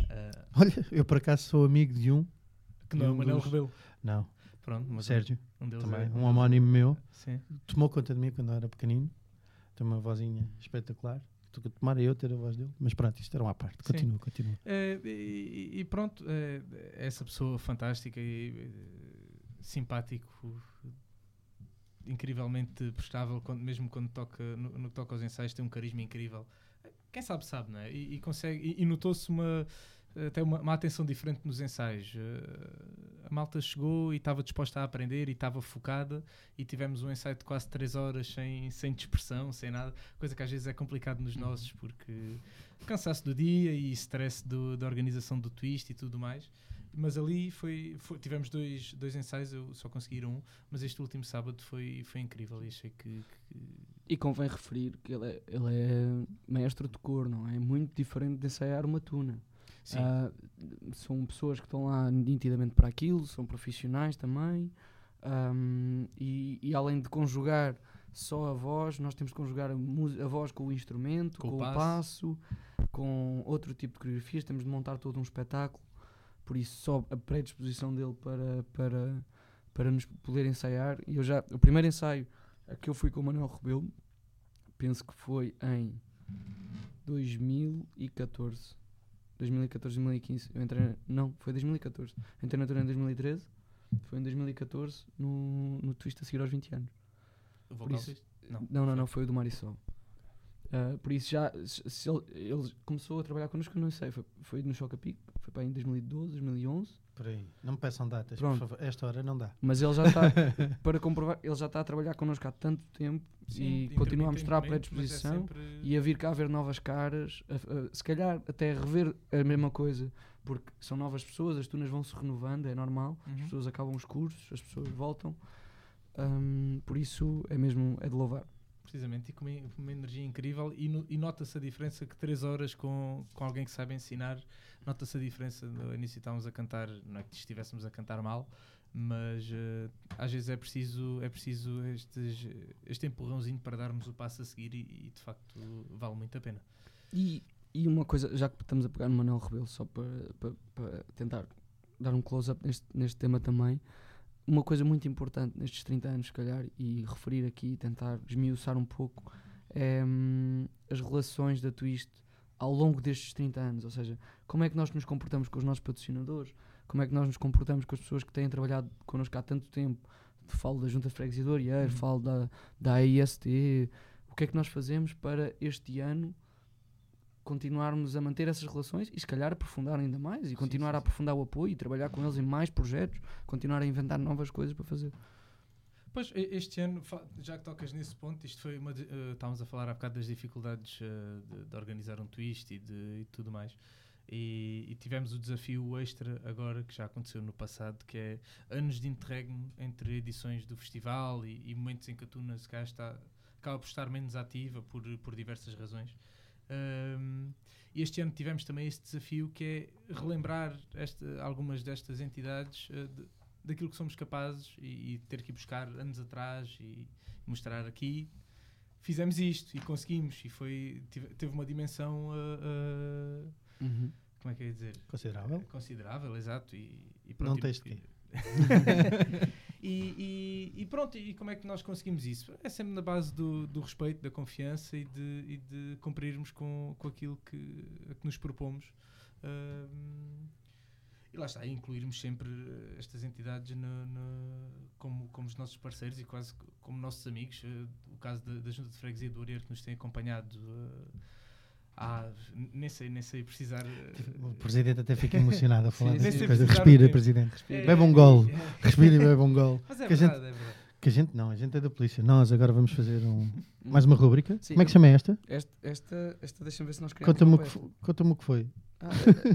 B: eh,
C: Olha, eu por acaso sou amigo de um.
B: que não é
C: E
B: o
C: um
B: Manuel
C: dos-
B: Rebelo.
C: Não,
B: Pronto, mas
C: Sérgio,
B: um deles
C: também.
B: é.
C: Um homónimo meu.
B: Sim.
C: Tomou conta de mim quando eu era pequenino. Tem uma vozinha espetacular. Tu- Tomara eu ter a voz dele. Mas pronto, isto era uma parte.
B: Sim.
C: Continua, continua.
B: Eh, e, e pronto, eh, essa pessoa fantástica e eh, simpático, incrivelmente prestável, quando- mesmo quando toca, no, no que toca aos ensaios, tem um carisma incrível. Quem sabe, sabe, não é? E, e consegue, e, e notou-se uma, até uma, uma atenção diferente nos ensaios. Eh, a malta chegou e estava disposta a aprender e estava focada, e tivemos um ensaio de quase 3 horas sem, sem dispersão, sem nada, coisa que às vezes é complicado nos nossos, porque cansaço do dia e stress do- da organização do twist e tudo mais. Mas ali foi, foi- tivemos dois, dois ensaios, eu só consegui ir a um, mas este último sábado foi, foi incrível e achei que, que-
A: E convém referir que ele é, ele é maestro de cor, não é? É muito diferente de ensaiar uma tuna.
B: sim,
A: Ah, são pessoas que estão lá nitidamente para aquilo, são profissionais também. Ahm, e, e além de conjugar só a voz, nós temos que conjugar a, mu- a voz com o instrumento,
B: Com
A: com,
B: o
A: o passo, com outro tipo de coreografias. Temos de montar todo um espetáculo. Por isso, só a predisposição dele para, para, para nos poder ensaiar. E eu já, o primeiro ensaio a que eu fui com o Manuel Rebelo, penso que foi em 2014. 2014, 2015. Eu entrei. na- Não, foi 2014. Entrei na Torre em 2013. Foi em 2014 no, no Twist a seguir aos 20 anos.
B: o vocal
A: isso-
B: twist? Não,
A: Não, não,
B: foi-
A: não, foi o do Marisol. Ah, por isso já. Se se ele, ele começou a trabalhar connosco, eu não sei. Foi, foi no Choca Pico, foi para aí em 2012, 2011.
C: Por aí. Não me peçam datas,
A: Pronto.
C: por favor. Esta hora não dá.
A: Mas ele já está. para comprovar, ele já está a trabalhar connosco há tanto tempo e
B: de
A: continua a
B: intermitente,
A: mostrar a
B: mas é
A: predisposição.
B: sempre-
A: e é a vir cá ver novas caras, a- a- se calhar até rever a mesma coisa, porque são novas pessoas, as tunas vão se renovando, é normal, as
B: Uhum.
A: pessoas acabam os cursos, as pessoas voltam, Ahm, por isso é mesmo, é de louvar.
B: Precisamente, e com uma, com uma energia incrível. E, no- e nota-se a diferença que 3 horas com, com alguém que sabe ensinar, nota-se a diferença. No início estávamos a cantar, não é que estivéssemos a cantar mal, mas eh, às vezes é preciso, é preciso estes, este empurrãozinho para darmos o passo a seguir, e, e, de facto vale muito a pena.
A: E, e uma coisa, já que estamos a pegar no Manuel Rebelo, só para, para, para tentar dar um close-up neste, neste tema também, uma coisa muito importante nestes 30 anos, se calhar, e referir aqui e tentar esmiuçar um pouco, é hum, as relações da Twist ao longo destes 30 anos, ou seja, como é que nós nos comportamos com os nossos patrocinadores, como é que nós nos comportamos com as pessoas que têm trabalhado connosco há tanto tempo, falo da Junta de Freguesia do Arieiro,
B: Uhum.
A: falo da, da AIST, o que é que nós fazemos para este ano continuarmos a manter essas relações e se calhar aprofundar ainda mais e continuar
B: sim,
A: a
B: sim.
A: aprofundar o apoio e trabalhar com eles em mais projetos, continuar a inventar novas coisas para fazer.
B: Pois, e- este ano, fa- já que tocas nesse ponto, isto foi uma. de- eh, estávamos a falar há bocado das dificuldades eh, de, de organizar um twist e, de, e tudo mais. E, e tivemos o desafio extra agora, que já aconteceu no passado, que é anos de interregno entre edições do festival e, e momentos em que a Tuna se calhar está, acaba por estar menos ativa por, por diversas razões. Ahm, e este ano tivemos também este desafio que é relembrar esta- algumas destas entidades eh, de- daquilo que somos capazes e, e ter que ir buscar anos atrás e mostrar aqui. Fizemos isto e conseguimos, e foi, tive- teve uma dimensão. ah, ah,
A: Uhum.
B: como é que eu ia dizer?
C: Considerável.
B: É Considerável, exato. E, e
C: Não
B: e-
C: tens de quê.
B: e, e- e pronto, e como é que nós conseguimos isso? É sempre na base do, do respeito, da confiança e de, e de cumprirmos com, com aquilo que, a que nos propomos. Ahm, e lá está, e incluirmos sempre eh, estas entidades no- no- como, como os nossos parceiros e quase co- como nossos amigos. Eh, O caso da, da Junta de Freguesia do Oreiro que nos tem acompanhado eh, há. n- nem sei, nem sei precisar. eh,
C: O presidente até fica emocionado a falar
A: Sim,
C: dessas
A: sim.
C: coisas.
B: Precisar do
C: Respira,
B: tempo.
C: presidente.
B: eh,
C: Bebe um golo. Respira e bebe um golo.
B: Mas é
C: Que a gente-
B: verdade, é verdade.
C: Que Que a gente não, a gente é da polícia. Nós agora vamos fazer um, mais
A: Hum.
C: uma rúbrica.
A: Sim.
C: Como é que chama esta?
A: Esta, esta, esta deixa-me ver se nós queremos.
C: Conta-me o, que fo- conta-me o que foi.
A: Ah,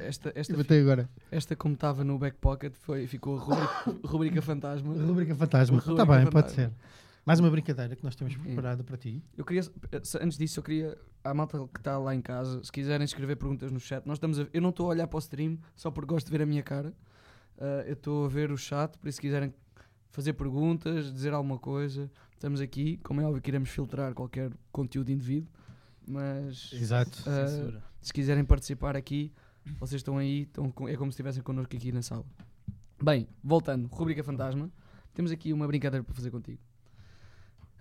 A: esta, esta,
C: Eu botei agora.
A: esta, como estava no back pocket, foi, ficou a rubrica, rubrica fantasma.
C: Rúbrica fantasma.
A: Rúbrica
C: Está bem, pode
A: fantasma.
C: ser. Mais uma brincadeira que nós temos preparada para ti.
A: Eu queria, se- antes disso, eu queria, à malta que está lá em casa, se quiserem escrever perguntas no chat, nós estamos a, eu não estou a olhar para o stream só porque gosto de ver a minha cara, Ah, eu estou a ver o chat, por isso se quiserem fazer perguntas, dizer alguma coisa, estamos aqui, como é óbvio que iremos filtrar qualquer conteúdo indivíduo, mas
C: Exato.
A: Ah,
B: Censura.
A: se quiserem participar aqui, vocês estão aí, estão com- é como se estivessem connosco aqui na sala. Bem, voltando, rubrica fantasma, temos aqui uma brincadeira para fazer contigo.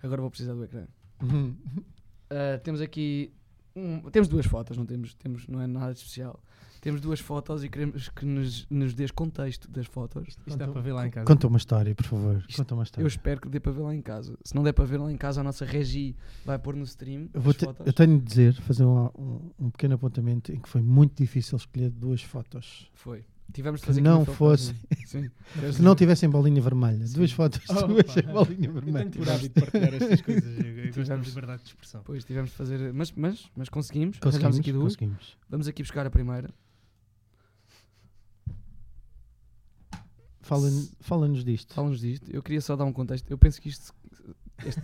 A: Agora vou precisar do ecrã.
C: Uhum.
A: Uh, temos aqui um- temos duas fotos, não temos, temos não é nada de especial. Temos duas fotos e queremos que nos, nos dês contexto das fotos.
B: Isto dá
C: conta-
B: para ver lá em casa.
C: Conta uma história, por favor.
A: Isto-
C: Conta uma
A: Eu
C: história.
A: espero que dê para ver lá em casa. Se não der para ver lá em casa, a nossa regi vai pôr no stream
C: Eu, vou
A: as
C: te-
A: fotos.
C: eu tenho de dizer, fazer um, um- um pequeno apontamento em que foi muito difícil escolher duas fotos.
A: Foi. Tivemos de
C: Que
A: fazer aqui
C: não
A: uma filtragem.
C: fossem.
A: Sim.
C: Se não tivessem bolinha vermelha,
A: Sim.
C: duas fotos,
B: Oh,
C: duas
B: pá.
C: sem bolinha
B: Eu tenho
C: vermelha.
B: por hábito partilhar estas coisas. Eu, eu gosto de
A: Tivemos-
B: liberdade de expressão.
A: Pois tivemos de fazer, mas, mas, mas conseguimos.
C: Conseguimos,
A: Arranjámos aqui duas.
C: conseguimos.
A: Vamos aqui buscar a primeira.
C: Fala- Fala-nos disto.
A: Fala-nos disto. Eu queria só dar um contexto. Eu penso que isto. este-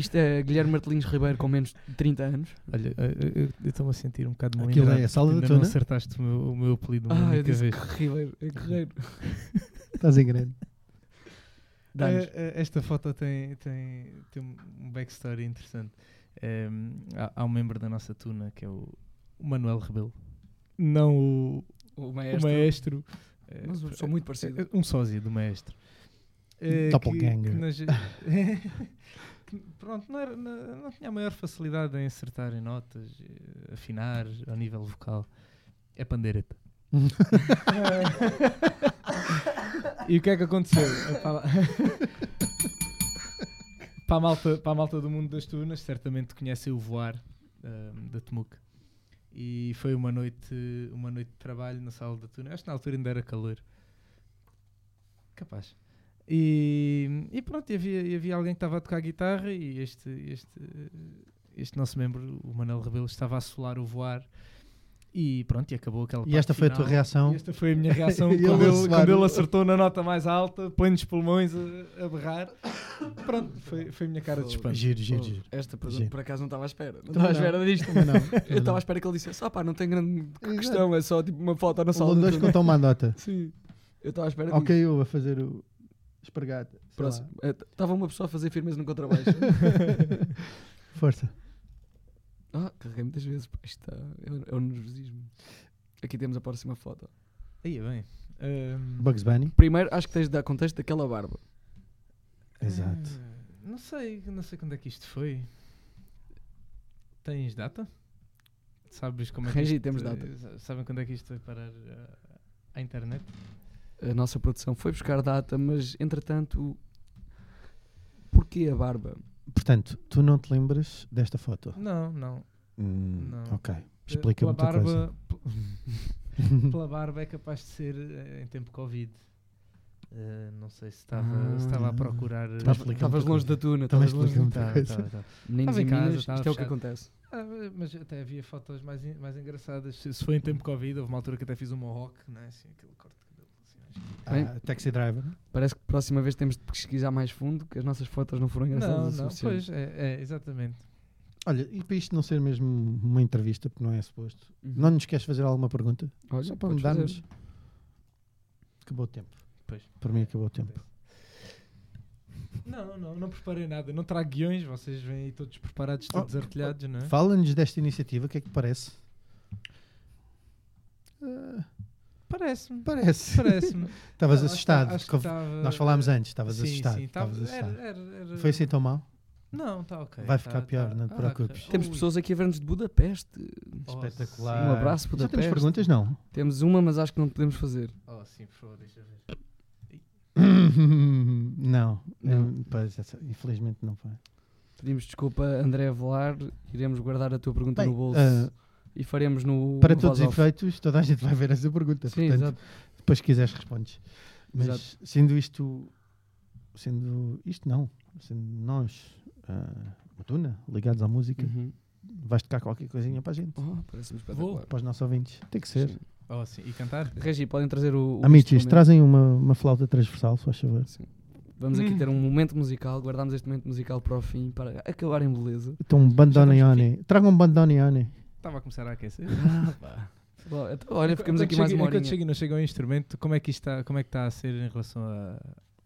A: isto é Guilherme Martelinhos Ribeiro com menos de 30 anos.
B: Olha, eu- eu eu estou-me a sentir um bocado mal
C: Aquilo é a sala de
B: ainda não
C: tona?
B: acertaste o meu, o meu apelido uma
A: Ah, eu
B: única
A: disse
B: vez.
A: Ribeiro. É Guerreiro.
C: Estás em grande.
A: Dá-nos.
B: Eh, eh, Esta foto tem, tem, tem um backstory interessante. Ehm, há, há um membro da nossa tuna que é o, o Manuel Rebelo. Não o,
A: O
B: o
A: maestro.
B: maestro. eh,
A: Mas sou muito parecido.
B: eh, Um sósia do maestro. Eh, que-
C: Doppelganger.
B: que nós- que, pronto, não, era- não- não tinha a maior facilidade em acertar em notas, eh, afinar ao nível vocal. É pandeireta. e o que é que aconteceu? Epá, para a, malta, para a malta do mundo das tunas, certamente conhecem o voar ahm, da Temuca. E foi uma noite, uma noite de trabalho na sala da tuna. Acho que na altura ainda era calor. Capaz. E, e pronto, e havia, e havia alguém que estava a tocar guitarra e este, este, este nosso membro, o Manuel Rebelo, estava a solar o voar. E pronto, e acabou aquela
C: E
B: parte
C: esta foi a tua
B: final.
C: reação?
B: E Esta foi a minha reação
C: Ele
B: quando,
C: a
B: ele,
C: soar.
B: quando ele acertou na nota mais alta, põe-nos os pulmões a, a berrar. Pronto, foi, foi a minha cara de espanto.
C: Giro, giro,
A: Oh,
C: giro.
A: Esta pergunta
C: Giro.
A: por acaso não estava à espera. Não
C: Também
A: estava à
C: não.
A: espera disto.
C: Também não, também
A: Eu estava
C: não.
A: à espera que ele dissesse: ah pá, não tem grande questão, é só tipo uma foto na sala.
C: Falou dois
A: de
C: contou uma nota.
A: Sim. Eu estava à espera disso.
C: Ok, eu a fazer o espargata. sei
A: Próximo.
C: lá.
A: Eh, t- Estava uma pessoa a fazer firmeza no contrabaixo.
C: Força.
A: ah, carreguei muitas vezes. Pá, isto está- é o- é o nervosismo. Aqui temos a próxima foto.
B: Aí é bem. Ahm,
C: Bugs Bunny.
A: Primeiro, acho que tens de dar contexto daquela barba.
C: Exato.
B: ah, não sei, não sei quando é que isto foi. Tens data? Sabes como é que
A: Regi,
B: isto-
A: temos data.
B: eh, Sabem quando é que isto foi parar ah, à internet?
A: A nossa produção foi buscar data, mas entretanto. Porquê a barba?
C: Portanto, tu não te lembras desta foto?
B: Não, não.
C: Hum,
B: Não. Eh,
C: Ok. Explica
B: pela
C: muita
B: barba,
C: coisa.
B: pe- Pela barba é capaz de ser eh, em tempo Covid. Eh, não sei se estava,
A: Ah,
B: se estava a
C: ah.
B: procurar. eh,
C: Mas explica
A: Estavas
C: muita
A: longe da
C: coisa.
A: tuna.
C: Também
A: estavas longe
C: explica
A: da-
C: muita
B: Tá,
C: coisa.
B: tá, tá.
A: Meninos
B: Estava
A: e
B: em casa,
A: meninas, isto
B: estava
A: é o que
B: fechado.
A: acontece.
B: Ah, mas até havia fotos mais, en- mais engraçadas. Se, se foi em tempo Covid, houve uma altura que até fiz um mohawk, né? assim, aquele corte de cabelo. Assim, mais-
C: Ah, taxi driver.
B: né?
A: Parece que próxima vez temos de pesquisar mais fundo, que as nossas fotos não foram
B: não,
A: engraçadas o
B: não,
A: suficiente.
B: pois, é, é, exatamente.
C: Olha, e para isto não ser mesmo uma entrevista, porque não é suposto,
A: Uhum.
C: não nos queres fazer alguma pergunta?
A: Olha,
C: Só para
A: podes
C: mudarmos.
A: fazer.
C: Acabou o tempo.
B: Pois.
C: Para mim acabou o tempo.
B: Não, não, não preparei nada. Não trago guiões, vocês vêm aí todos preparados,
C: Oh,
B: todos artilhados, não é?
C: Fala-nos desta iniciativa, o que é que parece? Ah,
B: Parece-me.
C: parece.
B: Parece-me.
C: Estavas
B: Ah, Acho que-
C: assustado.
B: acho que
C: Conf-
B: estava-
C: Nós falámos antes, estavas
B: Sim,
C: assustado.
B: sim, tava-
C: estavas assustado.
B: era- era- era-
C: Foi assim tão mal?
B: Não, está ok.
C: Vai
B: tá-
C: ficar pior,
B: tá-
C: não te
B: ah, vai correr.
C: preocupes.
A: Temos
B: Ui,
A: pessoas aqui a ver-nos de Budapeste.
B: oh,
C: Espetacular.
A: Um abraço,
C: Já temos
A: Budapeste.
C: perguntas, não?
A: Temos uma, mas acho que não podemos fazer.
B: sim. Oh, sim, por favor, deixa eu ver.
C: não.
A: Não.
C: Hum, pois, essa- infelizmente não foi.
A: Pedimos desculpa, André Velar. Iremos guardar a tua pergunta
C: Bem,
A: no bolso
C: ah,
A: e faremos no.
C: para
A: no
C: todos os
A: voz off.
C: efeitos, toda a gente vai ver essa pergunta.
A: Sim,
C: portanto,
A: exato.
C: depois se quiseres respondes. Mas
A: Exato.
C: sendo isto sendo isto não, sendo nós, ah, Matuna, ligados à música,
A: Uhum.
C: vais tocar qualquer coisinha para a gente,
A: Oh, parece-me
B: Vou.
A: espetacular.
C: para os nossos ouvintes. Tem que ser.
A: Sim.
B: Oh, sim. E cantar?
A: Regi, podem trazer o. o
C: Amigos,
A: instrumento.
C: trazem uma, uma flauta transversal, se faz favor.
A: Sim. Vamos aqui
B: Hum.
A: ter um momento musical, guardamos este momento musical para o fim, para acabar em beleza.
C: Então, um
B: Já
C: bandoneone. Tragam um bandoneone.
B: Estava a começar a aquecer.
C: Ah,
A: Bom, então, olha, ficamos
B: Quando
A: aqui mais
B: chega-
A: uma horinha.
B: Quando chega e não chega um instrumento, como é que isto está, como é que está a ser em relação a,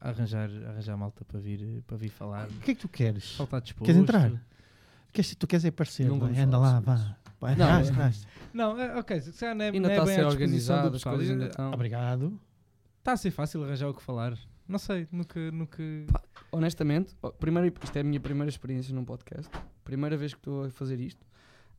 B: a arranjar, arranjar malta para vir, para vir falar?
C: O que é que tu queres?
B: Faltar disposto?
C: Queres entrar? Queres, tu queres é parceiro,
A: Não
C: vai,
A: vamos
C: anda
A: falar
C: lá,
A: sobre isso.
C: vá. Vai,
A: Não,
C: arrasta,
A: é-
C: arrasta.
B: Não, é, ok, se calhar não é,
A: Ainda
B: não é
A: está a
B: bem
A: ser
B: à disposição
A: organizado,
B: do
A: as
B: pessoal.
A: coisas ainda
B: Está
A: estão.
C: Obrigado.
B: a ser fácil arranjar o que falar. Não sei, nunca. nunca...
A: Pá, Honestamente, ó, primeiro, isto é a minha primeira experiência num podcast, primeira vez que estou a fazer isto.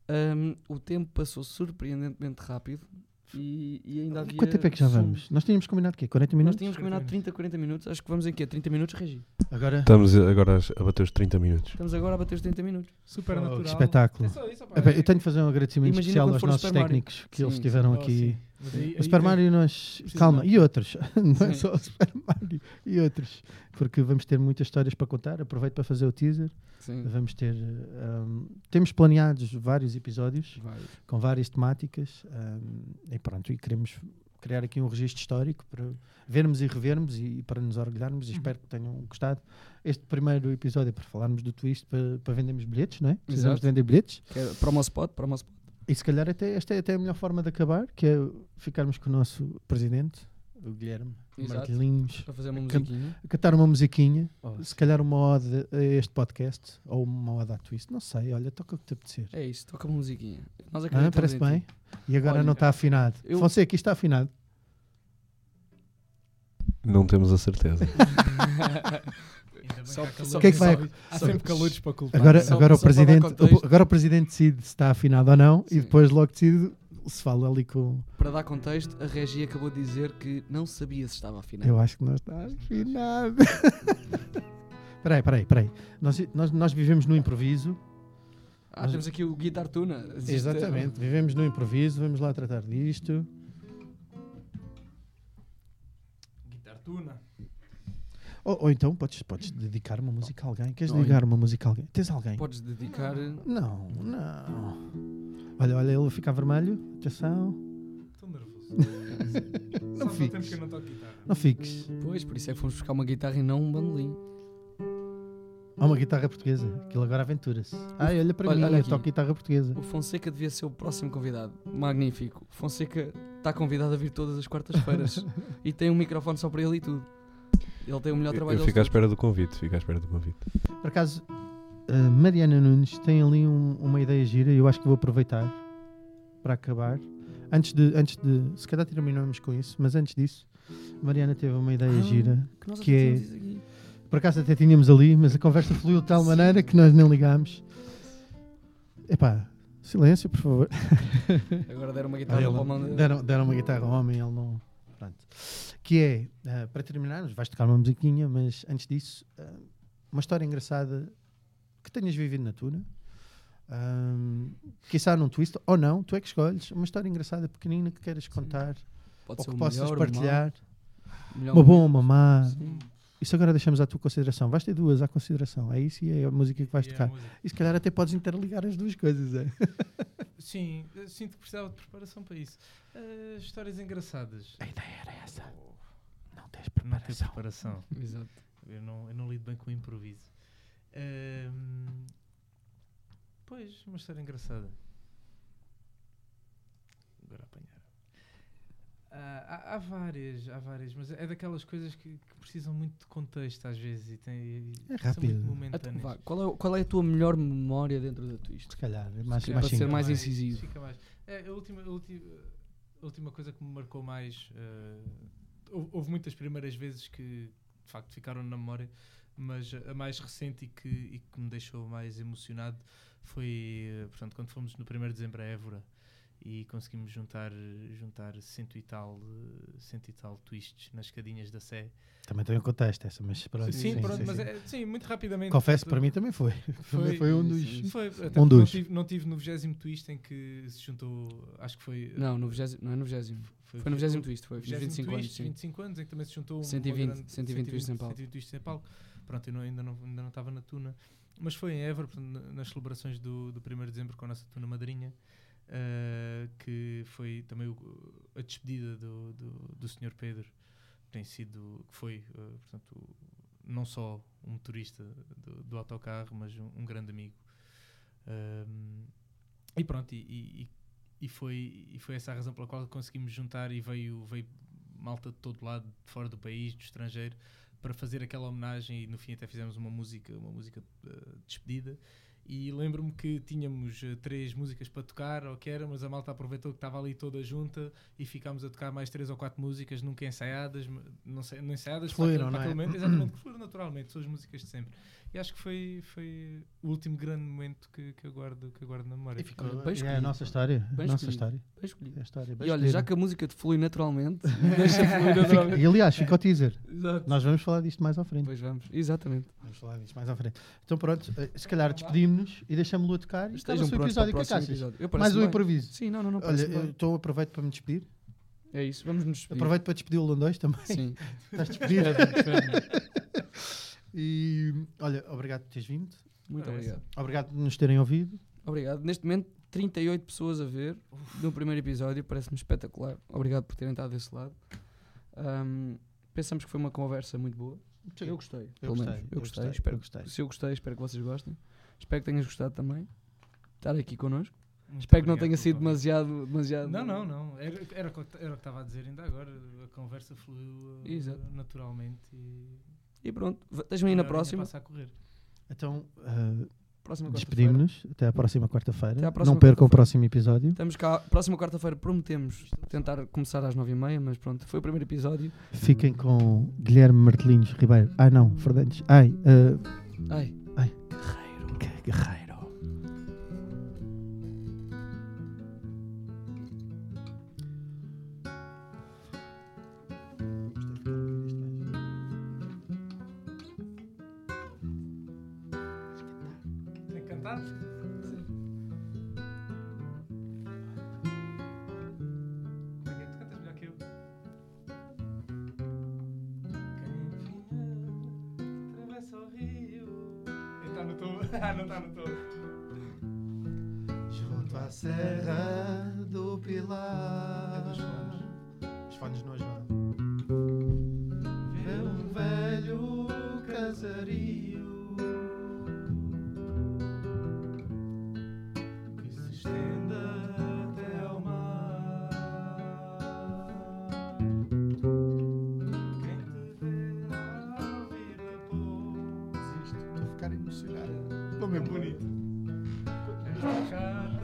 A: Ahm, o tempo passou surpreendentemente rápido e, e ainda havia.
C: Quanto tempo é que já
A: sumo.
C: vamos? Nós tínhamos combinado o quê? 40
A: Nós
C: minutos?
A: tínhamos combinado 30, 40 minutos, acho que vamos em quê? 30 minutos, Regi?
C: Agora,
D: Estamos agora a bater os 30 minutos.
A: Estamos agora a bater os 30 minutos.
B: Super
C: Oh,
B: natural.
C: que espetáculo.
B: É só isso, pá.
C: Ah, bem, eu tenho de fazer um agradecimento
A: Imagina
C: especial
A: quando
C: aos
A: for o
C: nossos
A: Super Mario.
C: técnicos que
A: Sim,
C: eles
A: sim. é
C: tiveram
B: Oh,
C: aqui.
B: sim. Mas aí-
C: O
B: aí
C: Super
B: tem-
C: Mario nós.
B: Precisa
C: Calma,
B: não.
C: e outros. Não
A: Sim.
C: é só o Super Mario e outros. Porque vamos ter muitas histórias para contar. Aproveito para fazer o teaser.
A: Sim,
C: Vamos ter. um, temos planeados vários episódios
A: vários.
C: com várias temáticas. um, e pronto, e queremos criar aqui um registro histórico para vermos e revermos e para nos orgulharmos.
A: Uhum.
C: E espero que tenham gostado. Este primeiro episódio é para falarmos do twist, para, para vendermos bilhetes, não é? Precisamos
A: Exato.
C: de vender bilhetes.
A: Que é promo spot, promo spot.
C: E se calhar até, esta é até a melhor forma de acabar, que é ficarmos com o nosso presidente, o Guilherme
A: Exato.
C: Marquinhos,
A: Para fazer uma
C: Cam-
A: musiquinha.
C: a cantar uma musiquinha,
B: Oh,
C: se calhar uma ode a este podcast, ou uma ode à twist, não sei, olha, toca o que te apetecer.
A: É isso, toca uma musiquinha. Nós
C: Ah,
A: acreditamos
C: parece
A: em ti.
C: bem. E agora
A: É Olha,
C: não está afinado.
A: eu-
C: Fonseca, aqui está afinado.
D: Não temos a certeza.
B: ainda bem
A: Só-
B: há calor.
A: só-
C: O que é que vai-
B: Há sempre calores para culpar.
C: Agora,
A: só-
C: agora,
A: só
C: o
A: para dar
C: presidente,
A: contexto.
C: agora o presidente decide se está afinado ou não,
A: Sim.
C: e depois logo decide se fala ali com.
A: Para dar contexto, a Regi acabou de dizer que não sabia se estava afinado.
C: Eu acho que não está afinado. Peraí, peraí, peraí. Nós, nós, nós vivemos no improviso.
A: Ah, temos aqui o Guitar Tuna. Existe-
C: Exatamente, vivemos no improviso, vamos lá tratar disto.
B: Guitartuna.
C: Ou, ou então podes, podes dedicar uma música a alguém. Queres
A: Não,
C: dedicar uma música a alguém? Tens alguém?
A: Podes dedicar.
C: Não, não. Olha, olha, ele fica vermelho. Atenção.
B: Estou nervoso.
C: Não
B: Sabe o
C: fiques.
B: tempo que eu não toco guitarra.
C: Não fiques.
A: Pois, por isso é que fomos buscar uma guitarra e não um bandolim.
C: Há uma guitarra portuguesa. Aquilo agora aventura-se. Ai, olha para
A: Olha,
C: mim,
A: olha
C: olha,
A: aqui.
C: toca guitarra portuguesa.
A: O Fonseca devia ser o próximo convidado. Magnífico. Fonseca está convidado a vir todas as quartas-feiras e tem um microfone só para ele e tudo. Ele tem o melhor
D: Eu,
A: trabalho
D: fico
A: deles
D: à
A: todos.
D: espera do convite, fico à espera do convite.
C: Por acaso, a Mariana Nunes tem ali um- uma ideia gira e eu acho que vou aproveitar para acabar. Antes de, antes de. Se calhar terminamos com isso, mas antes disso, Mariana teve uma ideia
A: Ah.
C: gira
A: Que nós
C: que é-
A: fizemos isso aqui.
C: Por acaso até tínhamos ali, mas a conversa fluiu de tal maneira que nós nem ligámos. Epá, silêncio, por favor.
A: Agora deram uma guitarra
C: Ele-
A: para o mando.
C: deram, deram uma guitarra ao homem, ele não. Pronto. Que é, ah, para terminarmos, vais tocar uma musiquinha, mas antes disso, ah, uma história engraçada que tenhas vivido na Tuna. Um, quiçá num twist, ou não, tu é que escolhes uma história engraçada, pequenina, que queiras contar,
A: Pode
C: ou
A: ser
C: que
A: o
C: possas
A: melhor, o mau, É
C: partilhar.
A: o melhor
C: Uma boa,
A: momento.
C: uma má.
A: Sim.
C: Isso agora deixamos à tua consideração. Vais ter duas à consideração. É isso e é a música que vais
B: E a
C: tocar.
B: música.
C: E se calhar até podes interligar as duas coisas, é?
B: Sim, eu sinto que precisava de preparação para isso. Ah, histórias engraçadas.
C: A ideia era essa. Não tens
B: Não ter preparação.
A: Exato.
B: Eu não, eu não lido bem com o improviso. Ahm, pois, uma história engraçada. Agora apanhar. Ah, há, há várias, há várias, mas é daquelas coisas que, que precisam muito de contexto às vezes e, tem, e são
C: É
B: muito
C: rápido.
A: Então, vá,
B: momentâneas.
A: qual, é, o- qual é a tua melhor memória dentro da twist?
C: Se calhar, é mais,
A: calhar
C: mais
A: pode ser
C: simples.
A: mais incisivo.
B: Fica mais. É, a, última, a, última, a última coisa que me marcou mais. eh, houve, houve muitas primeiras vezes que de facto ficaram na memória, mas a mais recente e que, e que me deixou mais emocionado foi, eh, portanto, quando fomos no 1 de dezembro a Évora e conseguimos juntar, juntar cento, e tal, eh, cento e tal twists nas escadinhas da Sé.
C: Também tem um contexto essa, mas pronto.
B: Sim,
C: sim,
B: pronto,
C: sim,
B: mas
C: sim.
B: É, sim, muito rapidamente.
C: Confesso,
B: Portanto,
C: para mim também foi. Também foi um dos.
B: Foi, até
C: um
B: porque não
C: dos.
B: tive, não tive no 20 twist em que se juntou, acho que foi.
A: Não, no 20, não é no 20. Foi no 20 twist, foi. Nos 25
B: 25
A: anos,
B: twist,
A: sim.
B: 25 anos, em que também se juntou um
A: 120, 120
B: twists
A: twists em palco.
B: em palco. Pronto, eu não- ainda, não, ainda não estava na tuna. Mas foi em Évora, portanto, na- nas celebrações do, do 1 de dezembro com a nossa tuna madrinha, ah, que foi também o- a despedida do, do, do Sr. Pedro. Tem sido, que foi, ah, portanto, o- não só um motorista do, do autocarro, mas um, um grande amigo. Ehm, Ahm, e pronto, e- e, e- e foi, e foi essa a razão pela qual conseguimos juntar e veio, veio malta de todo lado, de fora do país, do estrangeiro, para fazer aquela homenagem e no fim até fizemos uma música, uma música eh, despedida. E lembro-me que tínhamos eh, três músicas para tocar, ou que era, mas a malta aproveitou que estava ali toda junta e ficámos a tocar mais três ou quatro músicas, nunca ensaiadas, ma- não, sei, não ensaiadas, para
C: Fluíram,
B: aquele- para
C: não
B: aquele
C: é?
B: momento, exatamente, que foram naturalmente, são as músicas de sempre. E acho que foi, foi o último grande momento que, que, eu, guardo, que eu guardo na memória.
C: E ficou-
A: Olha, bem
C: e é a
A: escolhido.
C: nossa história.
A: Bem
C: nossa
A: escolhido.
C: história.
A: Bem escolhido.
C: É a história. bem
A: E olha, já
C: escolhida.
A: que a música te flui naturalmente, deixa fluir naturalmente.
C: E aliás, fica o teaser.
A: Exato.
C: Nós vamos falar disto mais à frente.
A: É. Pois vamos, exatamente.
C: Vamos falar disto mais à frente. Então pronto, eh, se calhar despedimos-nos e deixamos-lo a tocar. E
A: Estejam
C: acaba-se o
A: prontos para o
C: episódio. O que é que
A: próximo
C: achas?
A: episódio. Eu
C: Mais
A: parece
C: um
A: bem.
C: improviso.
A: Sim, não, não, não,
C: Olha,
A: parece
C: eu
A: bem.
C: então aproveito para me despedir.
A: É isso, vamos nos despedir.
C: Aproveito para despedir o Londões também.
A: Sim. É,
C: Estás despedido.
A: Espero.
C: E olha, obrigado por teres vindo.
A: Muito
B: Parece.
A: obrigado.
C: Obrigado por nos terem ouvido.
A: Obrigado. Neste momento, 38 pessoas a ver no primeiro episódio, parece-me espetacular. Obrigado por terem estado desse lado. Ahm, pensamos que foi uma conversa muito boa. Eu gostei. pelo menos.
C: gostei,
A: Eu gostei. Espero,
C: eu gostei.
A: Se eu gostei, espero que vocês gostem. Espero que tenhas gostado também. Estar aqui connosco.
B: Muito
A: espero que não
B: obrigado
A: tenha
B: pelo
A: sido
B: convite.
A: demasiado, demasiado.
B: Não, não, não. Era, era, o que eu t- era o que estava a dizer ainda agora. A conversa fluiu eh,
A: Exato.
B: naturalmente e.
A: E pronto, v- deixa-me ir
B: a
A: na
B: horinha
A: próxima.
B: Passa a correr.
C: Então, eh,
A: próxima quarta-feira.
C: despedimos-nos. Até à próxima quarta-feira.
A: Até à
C: Não
A: próxima
C: percam o
A: quarta-feira.
C: próximo episódio.
A: Estamos cá. Próxima quarta-feira prometemos tentar começar às nove e meia, mas pronto, foi o primeiro episódio.
C: Fiquem com Guilherme Martelinhos Ribeiro. Ai não, Fernandes. Ai, eh,
A: Ai.
C: que guerreiro.
B: Tem que cantar? Como é que é? Tu cantas melhor que eu. é Quem vinha atravessa o rio. Está no tom. Ah, não está no tom.
C: Junto à Serra do
B: É
C: Pilar.
B: dos fones.
C: Os É fones não é? ajudam. Vê um velho casario que se estende até ao mar. Quem te vê ao vir da pôr. Desisto, estou a ficar emocionado. Estou mesmo bonito.
B: Esta casa
C: é
B: um